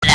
bla,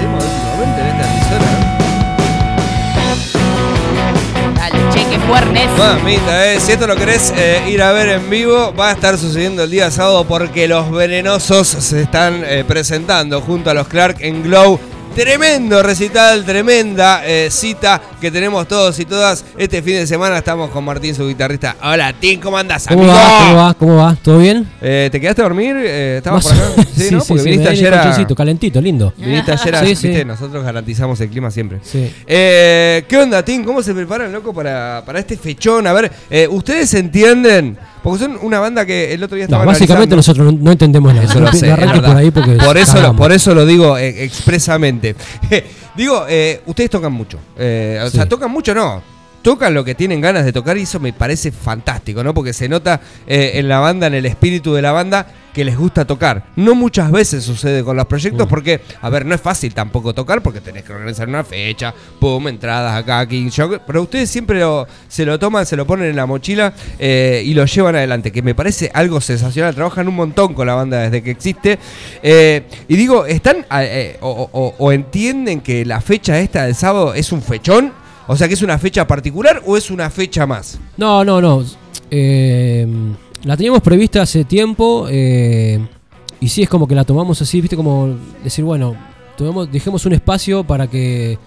tema últimamente en esta emisora? Dale, che, que fuernes. Mamita, eh, si esto lo querés eh, ir a ver en vivo, va a estar sucediendo el día sábado porque los venenosos se están eh, presentando junto a los Clark en Glow. Tremendo recital, tremenda eh, cita que tenemos todos y todas. Este fin de semana estamos con Martín, su guitarrista. Hola, Tim, ¿cómo andás, ¿Cómo amigo? va? ¿Cómo va? ¿Cómo va? ¿Todo bien? Eh, ¿Te quedaste a dormir? Eh, ¿Estabas por Más- acá? Sí, ¿no? Porque viniste me da en el ayer a... colchoncito, calentito, lindo. Viniste ayer a... Sí, sí. viste, Nosotros garantizamos el clima siempre. Sí. Eh, ¿Qué onda, Tim? ¿Cómo se preparan, loco, para, para este fechón? A ver, eh, ¿ustedes entienden? Porque son una banda que el otro día No, estaba básicamente analizando. nosotros no, no entendemos nada. Eso lo No pi- sé, no es arranque verdad. por ahí porque Por eso, lo, cagamos. por eso lo digo eh, expresamente. digo, eh, ustedes tocan mucho. Eh, o Sí. sea, tocan mucho, no. Tocan lo que tienen ganas de tocar y eso me parece fantástico, ¿no? Porque se nota eh, en la banda, en el espíritu de la banda, que les gusta tocar. No muchas veces sucede con los Mm. proyectos porque, a ver, no es fácil tampoco tocar porque tenés que organizar una fecha, pum, entradas acá, aquí, yo- pero ustedes siempre lo- se lo toman, se lo ponen en la mochila eh, y lo llevan adelante, que me parece algo sensacional. Trabajan un montón con la banda desde que existe. Eh, y digo, ¿están ah, eh, o, o- o- o entienden que la fecha esta del sábado es un fechón? O sea, que es una fecha particular o es una fecha más? No, no, no. Eh, la teníamos prevista hace tiempo. eh, y sí, es como que la tomamos así, viste, como decir, bueno, tomemos- dejemos un espacio para que.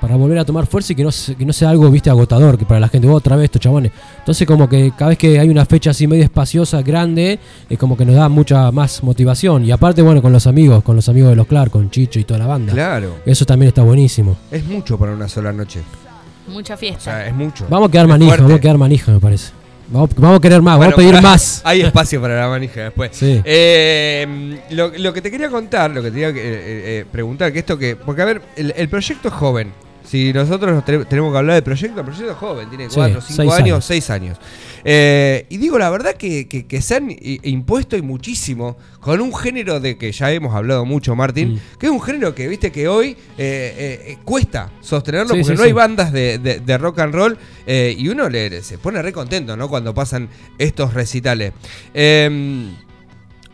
Para volver a tomar fuerza y que no, se- que no sea algo, viste, agotador, que para la gente, "Oh, otra vez estos chabones. Entonces, como que cada vez que hay una fecha así medio espaciosa, grande, es como que nos da mucha más motivación. Y aparte, bueno, con los amigos, con los amigos de los Clark, con Chicho y toda la banda. Claro. Eso también está buenísimo. Es mucho para una sola noche. Mucha O fiesta. sea, es mucho. Vamos a quedar Es manija, fuerte. vamos a quedar manija, me parece. Vamos, vamos a querer más, vamos a Bueno, pedir pará, más. Hay espacio para la manija después. Sí. Eh, lo, lo que te quería contar, lo que te quería eh, eh, eh, preguntar, que esto que. Porque a ver, el, el proyecto es joven. Si nosotros nos te- tenemos que hablar del proyecto, el proyecto es joven, tiene Sí, 4, 5 seis años, años. 6 años. Eh, y digo, la verdad que, que- que se han i- impuesto y muchísimo con un género de que ya hemos hablado mucho, Martín, Mm. que es un género que viste que hoy eh, eh, eh, cuesta sostenerlo Sí, porque sí, no sí. hay bandas de, de- de rock and roll eh, y uno le, le- se pone re contento, ¿no? Cuando pasan estos recitales. Em,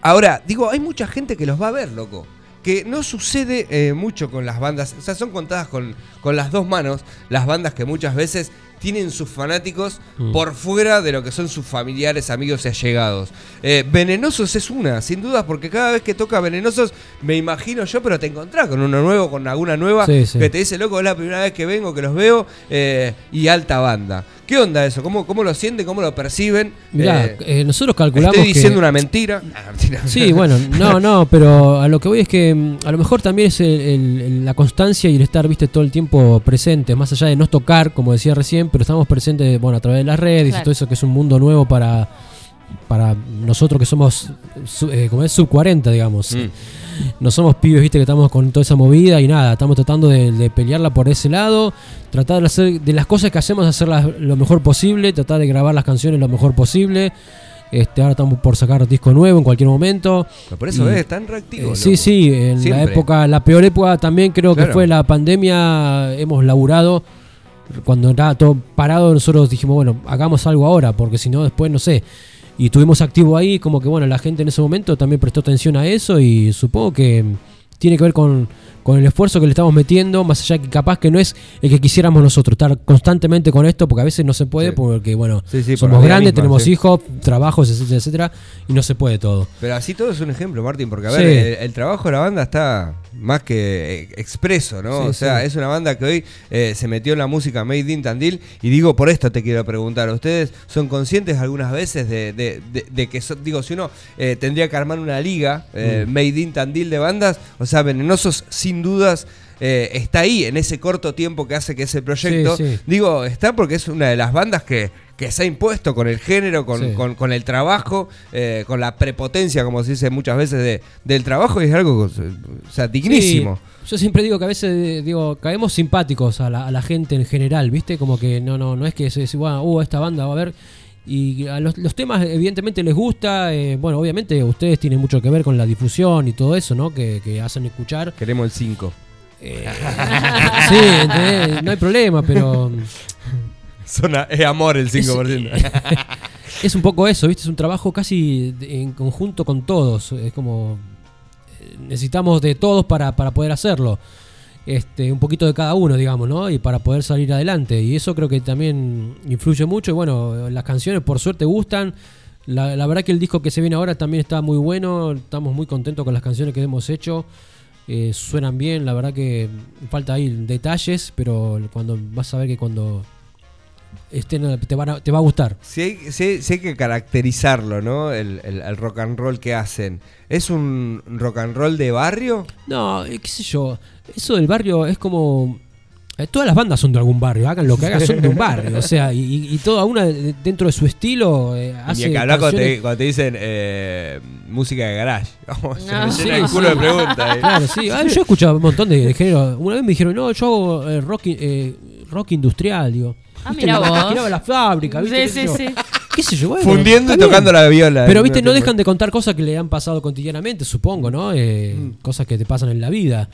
ahora, digo, hay mucha gente que los va a ver, loco. Que no sucede eh, mucho con las bandas. O sea, son contadas con, con las dos manos las bandas que muchas veces tienen sus fanáticos Mm. por fuera de lo que son sus familiares, amigos y allegados. Eh, Venenosos es una, sin dudas, porque cada vez que toca Venenosos, me imagino yo, pero te encontrás con uno nuevo, con alguna nueva, Sí, sí. que te dice, loco, es la primera vez que vengo, que los veo, eh, y alta banda. ¿Qué onda eso? ¿Cómo, cómo lo sienten? ¿Cómo lo perciben? Mirá, Eh, eh, nosotros calculamos. estoy diciendo que, una mentira. Ah, mentira. Sí, bueno, no, no, pero a lo que voy es que mm, a lo mejor también es el- el- el- la constancia y el estar, viste, todo el tiempo presente, más allá de no tocar, como decía recién, pero estamos presentes, bueno, a través de las redes y Claro. todo eso que es un mundo nuevo para, para nosotros que somos, su- eh, como es, sub 40, digamos. Mm. No somos pibes, viste, que estamos con toda esa movida y nada, estamos tratando de, de pelearla por ese lado, tratar de hacer, de las cosas que hacemos, hacerlas lo mejor posible, tratar de grabar las canciones lo mejor posible. Este, ahora estamos por sacar disco nuevo en cualquier momento. Pero por eso Y- es tan reactivo. Eh, sí, loco. sí, en Siempre. la época, la peor época también creo Claro. que fue la pandemia, hemos laburado. Cuando estaba todo parado, nosotros dijimos, bueno, hagamos algo ahora, porque si no, después no sé. Y estuvimos activo ahí, como que bueno, la gente en ese momento también prestó atención a eso y supongo que tiene que ver con, con el esfuerzo que le estamos metiendo, más allá que capaz que no es el que quisiéramos nosotros, estar constantemente con esto, porque a veces no se puede, Sí. porque bueno, Sí, sí, por la somos vida grandes, misma, tenemos sí. hijos, trabajos, etcétera, etcétera, y no se puede todo. Pero así todo es un ejemplo, Martín, porque a Sí. ver, el, el trabajo de la banda está más que eh, expreso, ¿no? Sí, o sea, sí. es una banda que hoy eh, se metió en la música Made in Tandil y digo, por esto te quiero preguntar, ¿ustedes son conscientes algunas veces de, de- de- de que, so- digo, si uno eh, tendría que armar una liga eh, Mm. Made in Tandil de bandas, o sea, Venenosos sin dudas... eh, está ahí en ese corto tiempo que hace que ese proyecto sí. Digo, está porque es una de las bandas que, que se ha impuesto con el género, con, Sí. con- con el trabajo, eh, con la prepotencia, como se dice muchas veces, de- del trabajo, y es algo, o sea, dignísimo. Sí, yo siempre digo que a veces eh, digo caemos simpáticos a la, a la gente en general, ¿viste? Como que no no no es que se dice, bueno, uh, esta banda va a ver y a los, los temas evidentemente les gusta, eh, bueno, obviamente ustedes tienen mucho que ver con la difusión y todo eso, ¿no? Que, que hacen escuchar. eh, Queremos el 5. Sí, ¿entendés? no hay problema, pero es amor el 5%. 5%. es un poco eso, ¿viste? Es un trabajo casi de- en conjunto con todos. Es como. eh, Necesitamos de todos para, para poder hacerlo. Este, un poquito de cada uno, digamos, ¿no? Y para poder salir adelante. Y eso creo que también influye mucho. Y bueno, las canciones por suerte gustan. La, la verdad que el disco que se viene ahora también está muy bueno. Estamos muy contentos con las canciones que hemos hecho. Eh, suenan bien, la verdad que falta ahí detalles, pero cuando vas a ver que cuando estén, te, van a- te va a gustar. Si hay, si hay- si hay que caracterizarlo, ¿no? El, el- el rock and roll que hacen. ¿Es un rock and roll de barrio? No, eh, qué sé yo. Eso del barrio es como. eh, Todas las bandas son de algún barrio, hagan lo que hagan, son de un barrio. O sea, y- y, y toda una de- dentro de su estilo eh, Ni hace. que hablar cuando canciones- te, cuando te dicen eh, música de garage. Se me No, llena sí, el culo sí. de preguntas. eh. Claro, sí. Ah, yo he escuchado un montón de, de género. Una vez me dijeron, no, yo hago eh, rock, in- eh, rock industrial, digo. Ah, ¿Viste? mirá Me vos. imaginaba la fábrica, ¿viste? Sí, ¿Qué sé sí, yo? sí. ¿Qué sé yo? Bueno, Fundiendo y está bien. tocando la viola. Pero viste, no dejan de contar cosas que le han pasado cotidianamente, supongo, ¿no? Eh, Mm. Cosas que te pasan en la vida.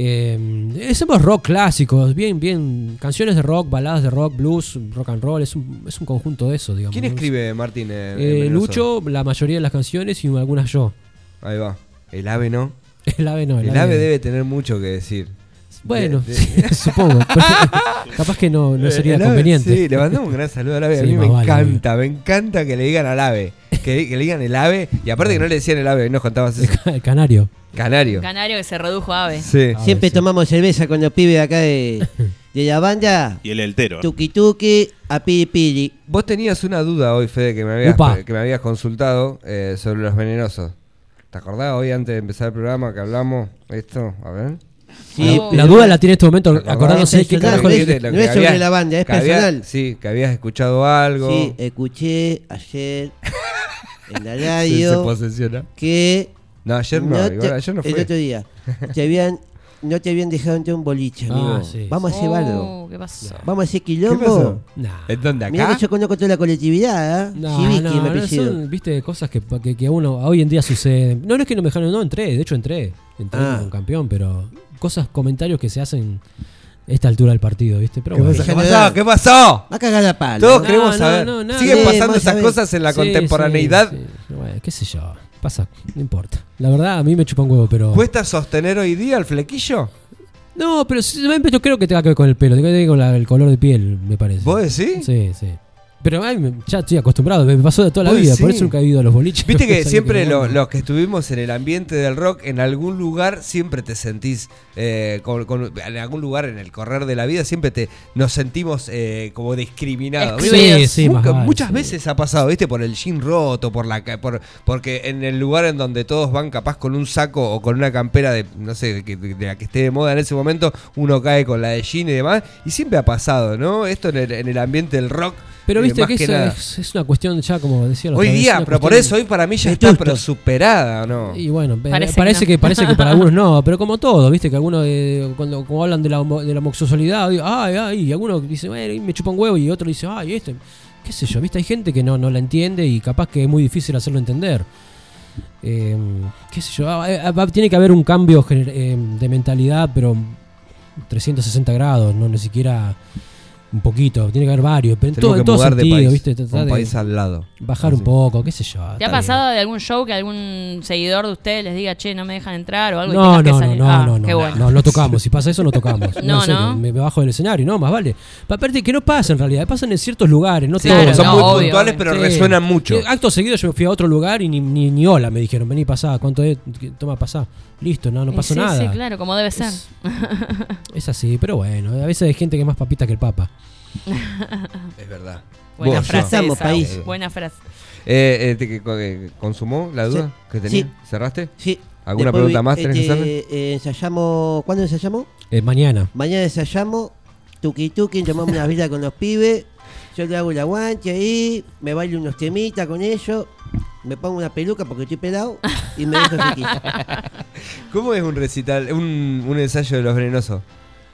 Eh, hacemos rock clásicos, bien, bien. Canciones de rock, baladas de rock, blues, rock and roll, es un, es un conjunto de eso, digamos. ¿Quién ¿no? escribe, Martín? eh, Eh, Mendoza? Lucho, la mayoría de las canciones y algunas yo. Ahí va. El ave no. El ave no. El ave debe tener mucho que decir. Bueno, de- supongo. Pero capaz que no, no sería El ave, conveniente. Sí, le mandamos un gran saludo al ave. a Sí, mí me más vale, encanta, me encanta que le digan al ave. Que, que le digan el ave. Y aparte que no le decían el ave, nos contabas eso. El canario. Canario. Canario que se redujo a ave. Sí. Ah, Siempre sí. tomamos cerveza con los pibes acá de, de la banda. Y el eltero. Tuki tuki a piri piri. Vos tenías una duda hoy, Fede, que me habías, Upa. que me habías consultado eh, sobre los venenosos. ¿Te acordás hoy antes de empezar el programa que hablamos esto? A ver. Sí, La duda la tiene en este momento, acordándose Es qué personal, carajo no le- es- no es sobre la banda, es que había- personal. sí, que habías escuchado algo. sí, escuché ayer en la Sí, se radio posesiona. que No, ayer no, te- igual ayer no el fue. otro día te habían, no te habían dejado entrar a un boliche, Ah, amigo. sí. Vamos a hacer bardo. Oh, ¿Qué pasó? Vamos a hacer ¿Qué pasó? quilombo. Nah. ¿En dónde Mirá acá? que yo conozco toda la colectividad, ¿eh? No, Civicchi, no, me no, apellido. son, viste, cosas que, que, que a uno hoy en día suceden. No, no es que no me dejaron, no, entré, de hecho entré. Entré Ah. como un campeón, pero cosas, comentarios que se hacen a esta altura del partido, viste. Pero ¿Qué bueno. pasó? ¿Qué Déjame pasó? ver. ¿Qué pasó? Va a cagar la pala. Todos No, queremos no, saber. no, no. Siguen Sí, pasando más esas sabés. cosas en la Sí, contemporaneidad. sí, sí. Bueno, qué sé yo, pasa, no importa. La verdad, a mí me chupa un huevo, pero. ¿Cuesta sostener hoy día el flequillo? No, pero sí, yo creo que tenga que ver con el pelo, tiene que ver con la- el color de piel, me parece. ¿Vos decís? Sí, sí. Pero ay, me- ya estoy acostumbrado, me pasó de toda la Vos vida, por decís. eso nunca he ido a los boliches. Viste que Es algo siempre me lo- gusta. los que estuvimos en el ambiente del rock, en algún lugar siempre te sentís, eh, con- con- en algún lugar en el correr de la vida, siempre te nos sentimos eh, como discriminados. Sí, ¿viste? sí, Nunca- más vale, muchas sí. veces ha pasado, ¿viste? Por el jean roto, por la ca- por, porque en el lugar en donde todos van capaz con un saco o con una campera de, no sé, que- de la que esté de moda en ese momento, uno cae con la de jean y demás. Y siempre ha pasado, ¿no? Esto en el, en el ambiente del rock. Pero eh, viste más que, eso nada. es, es una cuestión ya, como decía la Hoy otra vez, día, una pero por cuestión- eso hoy para mí ya está Vetusto. pero superada, ¿o no? Y bueno, pe- Parece parece, que no. que, parece que para algunos no, pero como todo, viste que algunos eh, cuando como hablan de la, homo- de la homosexualidad, digo, ay, ay, y algunos dicen, bueno, y me chupa un huevo y otro dice, ay, este, qué sé yo, viste, hay gente que no, no la entiende y capaz que es muy difícil hacerlo entender. Eh, qué sé yo, ah, eh, ah, tiene que haber un cambio gener- eh, de mentalidad, pero 360 grados, no ni siquiera un poquito, tiene que haber varios, pero en todo, Tenemos en que todo mudar sentido, de país. viste, a tratar un de país al lado. bajar un Así. poco, qué sé yo. ¿Te ha pasado de algún show que algún seguidor de ustedes les diga, che, no me dejan entrar o algo? y tengas No, que no, no, salir? no, Ah, no, no, qué bueno. no, no tocamos. Si pasa eso, no tocamos. No, en serio, no. Me me bajo del escenario, no, más vale. Pa- Aparte que no pasa en realidad, pasan en ciertos lugares, no Sí, todos. claro, son no, muy obvio, puntuales, obvio. pero Sí. resuenan mucho. Eh, Acto seguido yo me fui a otro lugar y ni, ni, ni hola me dijeron, vení, pasá, ¿cuánto es? ¿Qué- Toma, pasá. Listo, no, no Y pasó Eh, sí, nada. Sí, claro, como debe ser. Es- Es así, pero bueno, a veces hay gente que es más papita que el papa. Es verdad. Buena Vos, frase. Estamos, esa. país. Buena frase. Eh, eh, te- que- que- ¿Consumó la duda que tenía? Sí. ¿Cerraste? Sí. ¿Alguna Después pregunta vi- más tenés que este, hacerme? eh, ensayamos. ¿Cuándo ensayamos? Eh, mañana. Mañana ensayamos. Tuki tuki, tomamos una vida con los pibes. Yo le hago el aguante ahí, me bailo unos temitas con ellos, me pongo una peluca porque estoy pelado y me dejo sequita. ¿Cómo es un recital, un, un ensayo de los venenosos?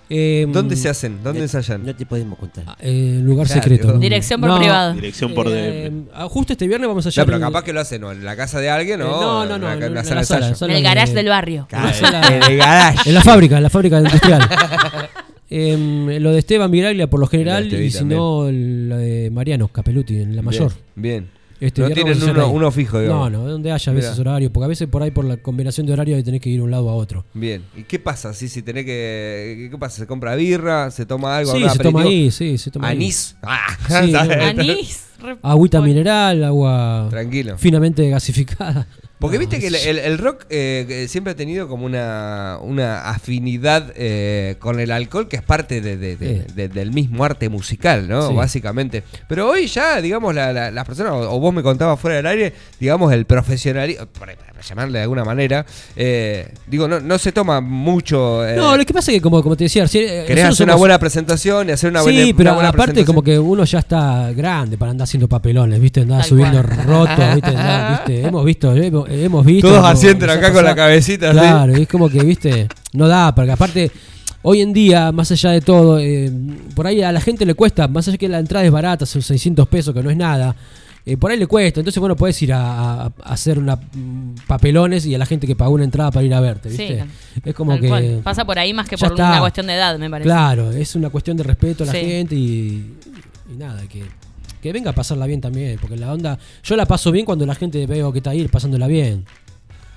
Eh, ¿Dónde se hacen? ¿Dónde ensayan? No te podemos contar. eh, lugar Claro. secreto. Dirección por No, privado. Dirección por eh, DM. ah, Justo este viernes vamos a Ya, llevar. pero el- capaz que lo hacen o en la casa de alguien Eh, o no, no, en no, la- en en la la sala de sala, ensayo. sala. En Solo el de- garage del barrio. Una sola- En el garage. En la fábrica, en la fábrica industrial. Em, lo de Esteban Viraglia por lo general Lo de y si Esteban, no la de Mariano Capeluti en la mayor. Bien. Este no viernes tienen vamos a hacer uno, ahí. uno fijo, digamos. No, no, donde haya a veces Mirá. horario, porque a veces por ahí por la combinación de horarios tenés que ir de un lado a otro. Bien. ¿Y qué pasa? Si, si tenés que. ¿Qué pasa? ¿Se compra birra? ¿Se toma algo? Sí, algún se toma aperitivo? ahí, sí, se toma ahí. Anís. Ah, Sí, ¿sabes? Anís. re- Agüita mineral, agua Tranquilo. finamente gasificada. Porque No, viste que el, el- el rock eh, que siempre ha tenido como una, una afinidad eh, con el alcohol que es parte de- de- de- Sí. de- del mismo arte musical, ¿no? Sí. Básicamente. Pero hoy ya, digamos, la- la- las personas, o, o vos me contabas fuera del aire, digamos, el profesionalismo, para, para llamarle de alguna manera, eh, digo, no, no se toma mucho... eh, No, lo que pasa es que como, como te decía, si, eh, querés nosotros hacer una somos- buena presentación y hacer una buena sí, pero una buena aparte presentación. como que uno ya está grande para andar haciendo papelones, ¿viste? Andar Tal subiendo rotos, ¿viste? Andar, ¿viste? Hemos visto, hemos, hemos visto. Todos como- asienten nos ha acá con la pasado. cabecita, así. Claro, y es como que, ¿viste? No da, porque aparte hoy en día, más allá de todo, eh, por ahí a la gente le cuesta, más allá de que la entrada es barata, son 600 pesos, que no es nada. eh, por ahí le cuesta, entonces bueno, puedes ir a, a- a hacer una, mm, papelones y a la gente que pagó una entrada para ir a verte, Sí, ¿viste? tal- es como tal que cual. Pasa por ahí más que ya por una está. cuestión de edad, me parece. Claro, es una cuestión de respeto a la Sí. gente y, y nada, que, que venga a pasarla bien también, porque la onda, yo la paso bien cuando la gente veo que está ahí pasándola bien.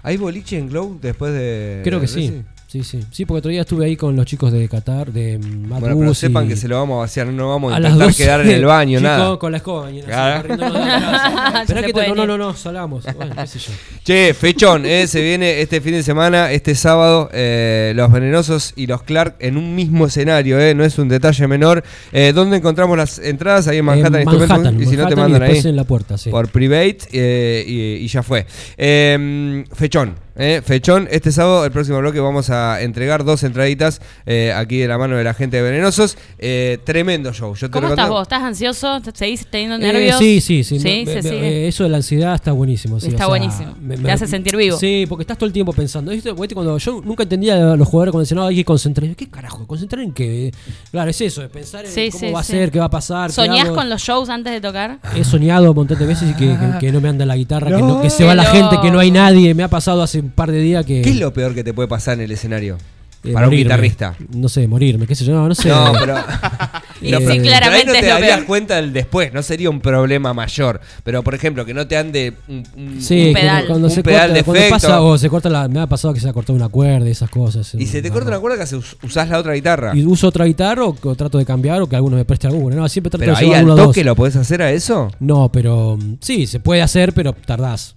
¿Hay boliche en Glow después de...? Creo que de sí. Resi? Sí, sí. Sí, porque otro día estuve ahí con los chicos de Qatar, de Madrid. Bueno, pero sepan que se lo vamos a vaciar, no vamos a, a las intentar 12, quedar en el baño, chicos, nada. con la escoba. y así, Claro. corriendo, no, no, no, no. Ya Esperá se que te- pueden no, no, ir. no, no, salgamos. Bueno, qué sé yo. Che, fechón, eh, se viene este fin de semana, este sábado, eh, los venenosos y los Clark en un mismo escenario, eh, no es un detalle menor. Eh, ¿Dónde encontramos las entradas? Ahí en Manhattan, En Instrumentum, Manhattan, y si no te Manhattan y mandan ahí. después en la puerta, sí. Por private eh, y, y ya fue. Eh, fechón, eh, fechón. Este sábado, el próximo bloque, vamos a entregar dos entraditas eh, aquí de la mano de la gente de Venenosos. Eh, tremendo show. Yo te ¿Cómo lo estás contaba. vos? ¿Estás ansioso? ¿Te- ¿Seguís teniendo Eh, nervios? sí, sí, sí. Sí, Me- se me- sigue. eh, eso de la ansiedad está buenísimo. sí, Está o sea, buenísimo. Te hace sentir vivo. Sí, porque estás todo el tiempo pensando. ¿Viste? Viste, Cuando yo nunca entendía a los jugadores cuando decían, no, hay que concentrar. ¿Qué carajo? ¿Concentrar en qué? Claro, es eso, es pensar en Sí, cómo sí, va sí. a ser, qué va a pasar. qué ¿Soñás hago. con los shows antes de tocar? He soñado un montón de veces y que, que- que no me anda la guitarra, que, no- que se Qué va la gente, que no hay loco. nadie. Me ha pasado hace un par de días que. ¿Qué es lo peor que te puede pasar en el escenario? eh, para morirme. un guitarrista. No sé, morirme, qué sé yo, no, no sé. Eh, No, pero. Y sí, pero por ahí claramente no es te lo darías peor. cuenta del después, no sería un problema mayor. Pero, por ejemplo, que no te ande un, un- Sí, Un que pedal. cuando Un se pedal corta, cuando defecto. pasa, o se corta la, me ha pasado que se ha cortado una cuerda y esas cosas. Y se te corta una cuerda que haces- usás la otra guitarra. Y uso otra guitarra o, o trato de cambiar o que alguno me preste alguna. No, siempre trato Pero de ahí llevar al uno o dos. toque lo podés hacer a eso. No, pero mm, sí, se puede hacer, pero tardás.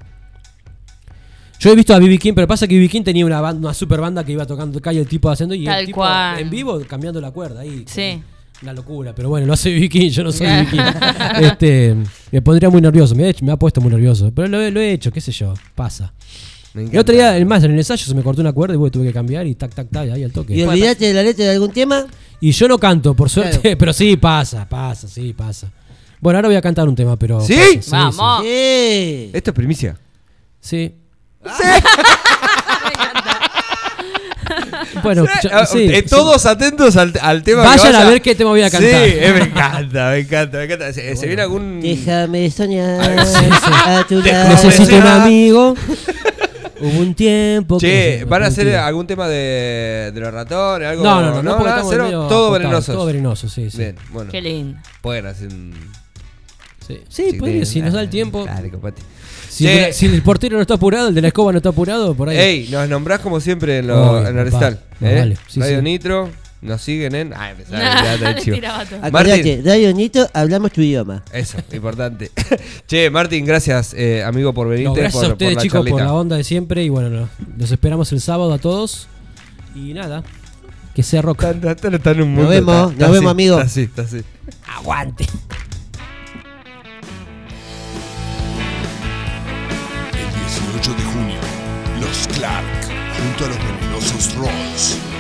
Yo he visto a B.B. King, pero pasa que B.B. King tenía una, banda, una super banda que iba tocando calle el tipo haciendo y Tal el tipo cual. en vivo cambiando la cuerda ahí. Sí. Una locura, pero bueno, lo hace B.B. King, yo no soy B.B. King. Este, me pondría muy nervioso, me, ha hecho- me ha puesto muy nervioso, pero lo, he- lo he hecho, qué sé yo, pasa. Me El otro día, el más, en el ensayo se me cortó una cuerda y bueno, tuve que cambiar y tac, tac, tac, ahí al toque. ¿Y olvidaste de la letra de algún tema? Y yo no canto, por suerte, Claro. pero sí pasa, pasa, sí pasa. Bueno, ahora voy a cantar un tema, pero. ¿Sí? pasa, Vamos. Oh. Sí. Esto es primicia. Sí. bueno, yo- Ah, sí, eh, sí. todos atentos al, al tema. que Vayan vaya. a ver qué tema voy a cantar. Sí, eh, me encanta, me encanta, me encanta. ¿Se, se viene algún. Déjame soñar sí, sí. a tu Déjame lado. Necesito un Nada. amigo. Hubo un tiempo. Che, que- ¿van a hacer Mentira. algún tema de, de los ratones? Algo, No, no, no, no, porque nada, estamos cero, medio todo acotados, venenosos. Todo venenoso, sí, sí. Bien, bueno. Qué lindo. Pueden hacer un. Sí, sí, podría, tienen- si nos da el tiempo. Dale, compadre. Si, Che. el, si el portero no está apurado, el de la escoba no está apurado, por ahí. Ey, nos nombrás como siempre en, lo, Obvio, en el papá. Restal. Más ¿eh? vale, sí, Radio sí. Nitro, nos siguen en. Ay, me sale, ya está el chivo. Tira vato. Acordate, Radio Nito, hablamos tu idioma. Eso, importante. che, Martín, gracias, eh, amigo, por venirte. No, gracias por, a ustedes, por la chicos, por charlita. la onda de siempre. Y bueno, no, los esperamos el sábado a todos. Y nada, que sea rock. Tan- tan- tan- tan un mundo, Nos vemos, está- está nos vemos, así, amigo. Está así, está así. Aguante. El 18 de junio, los Clark, junto a los venenosos Rolls,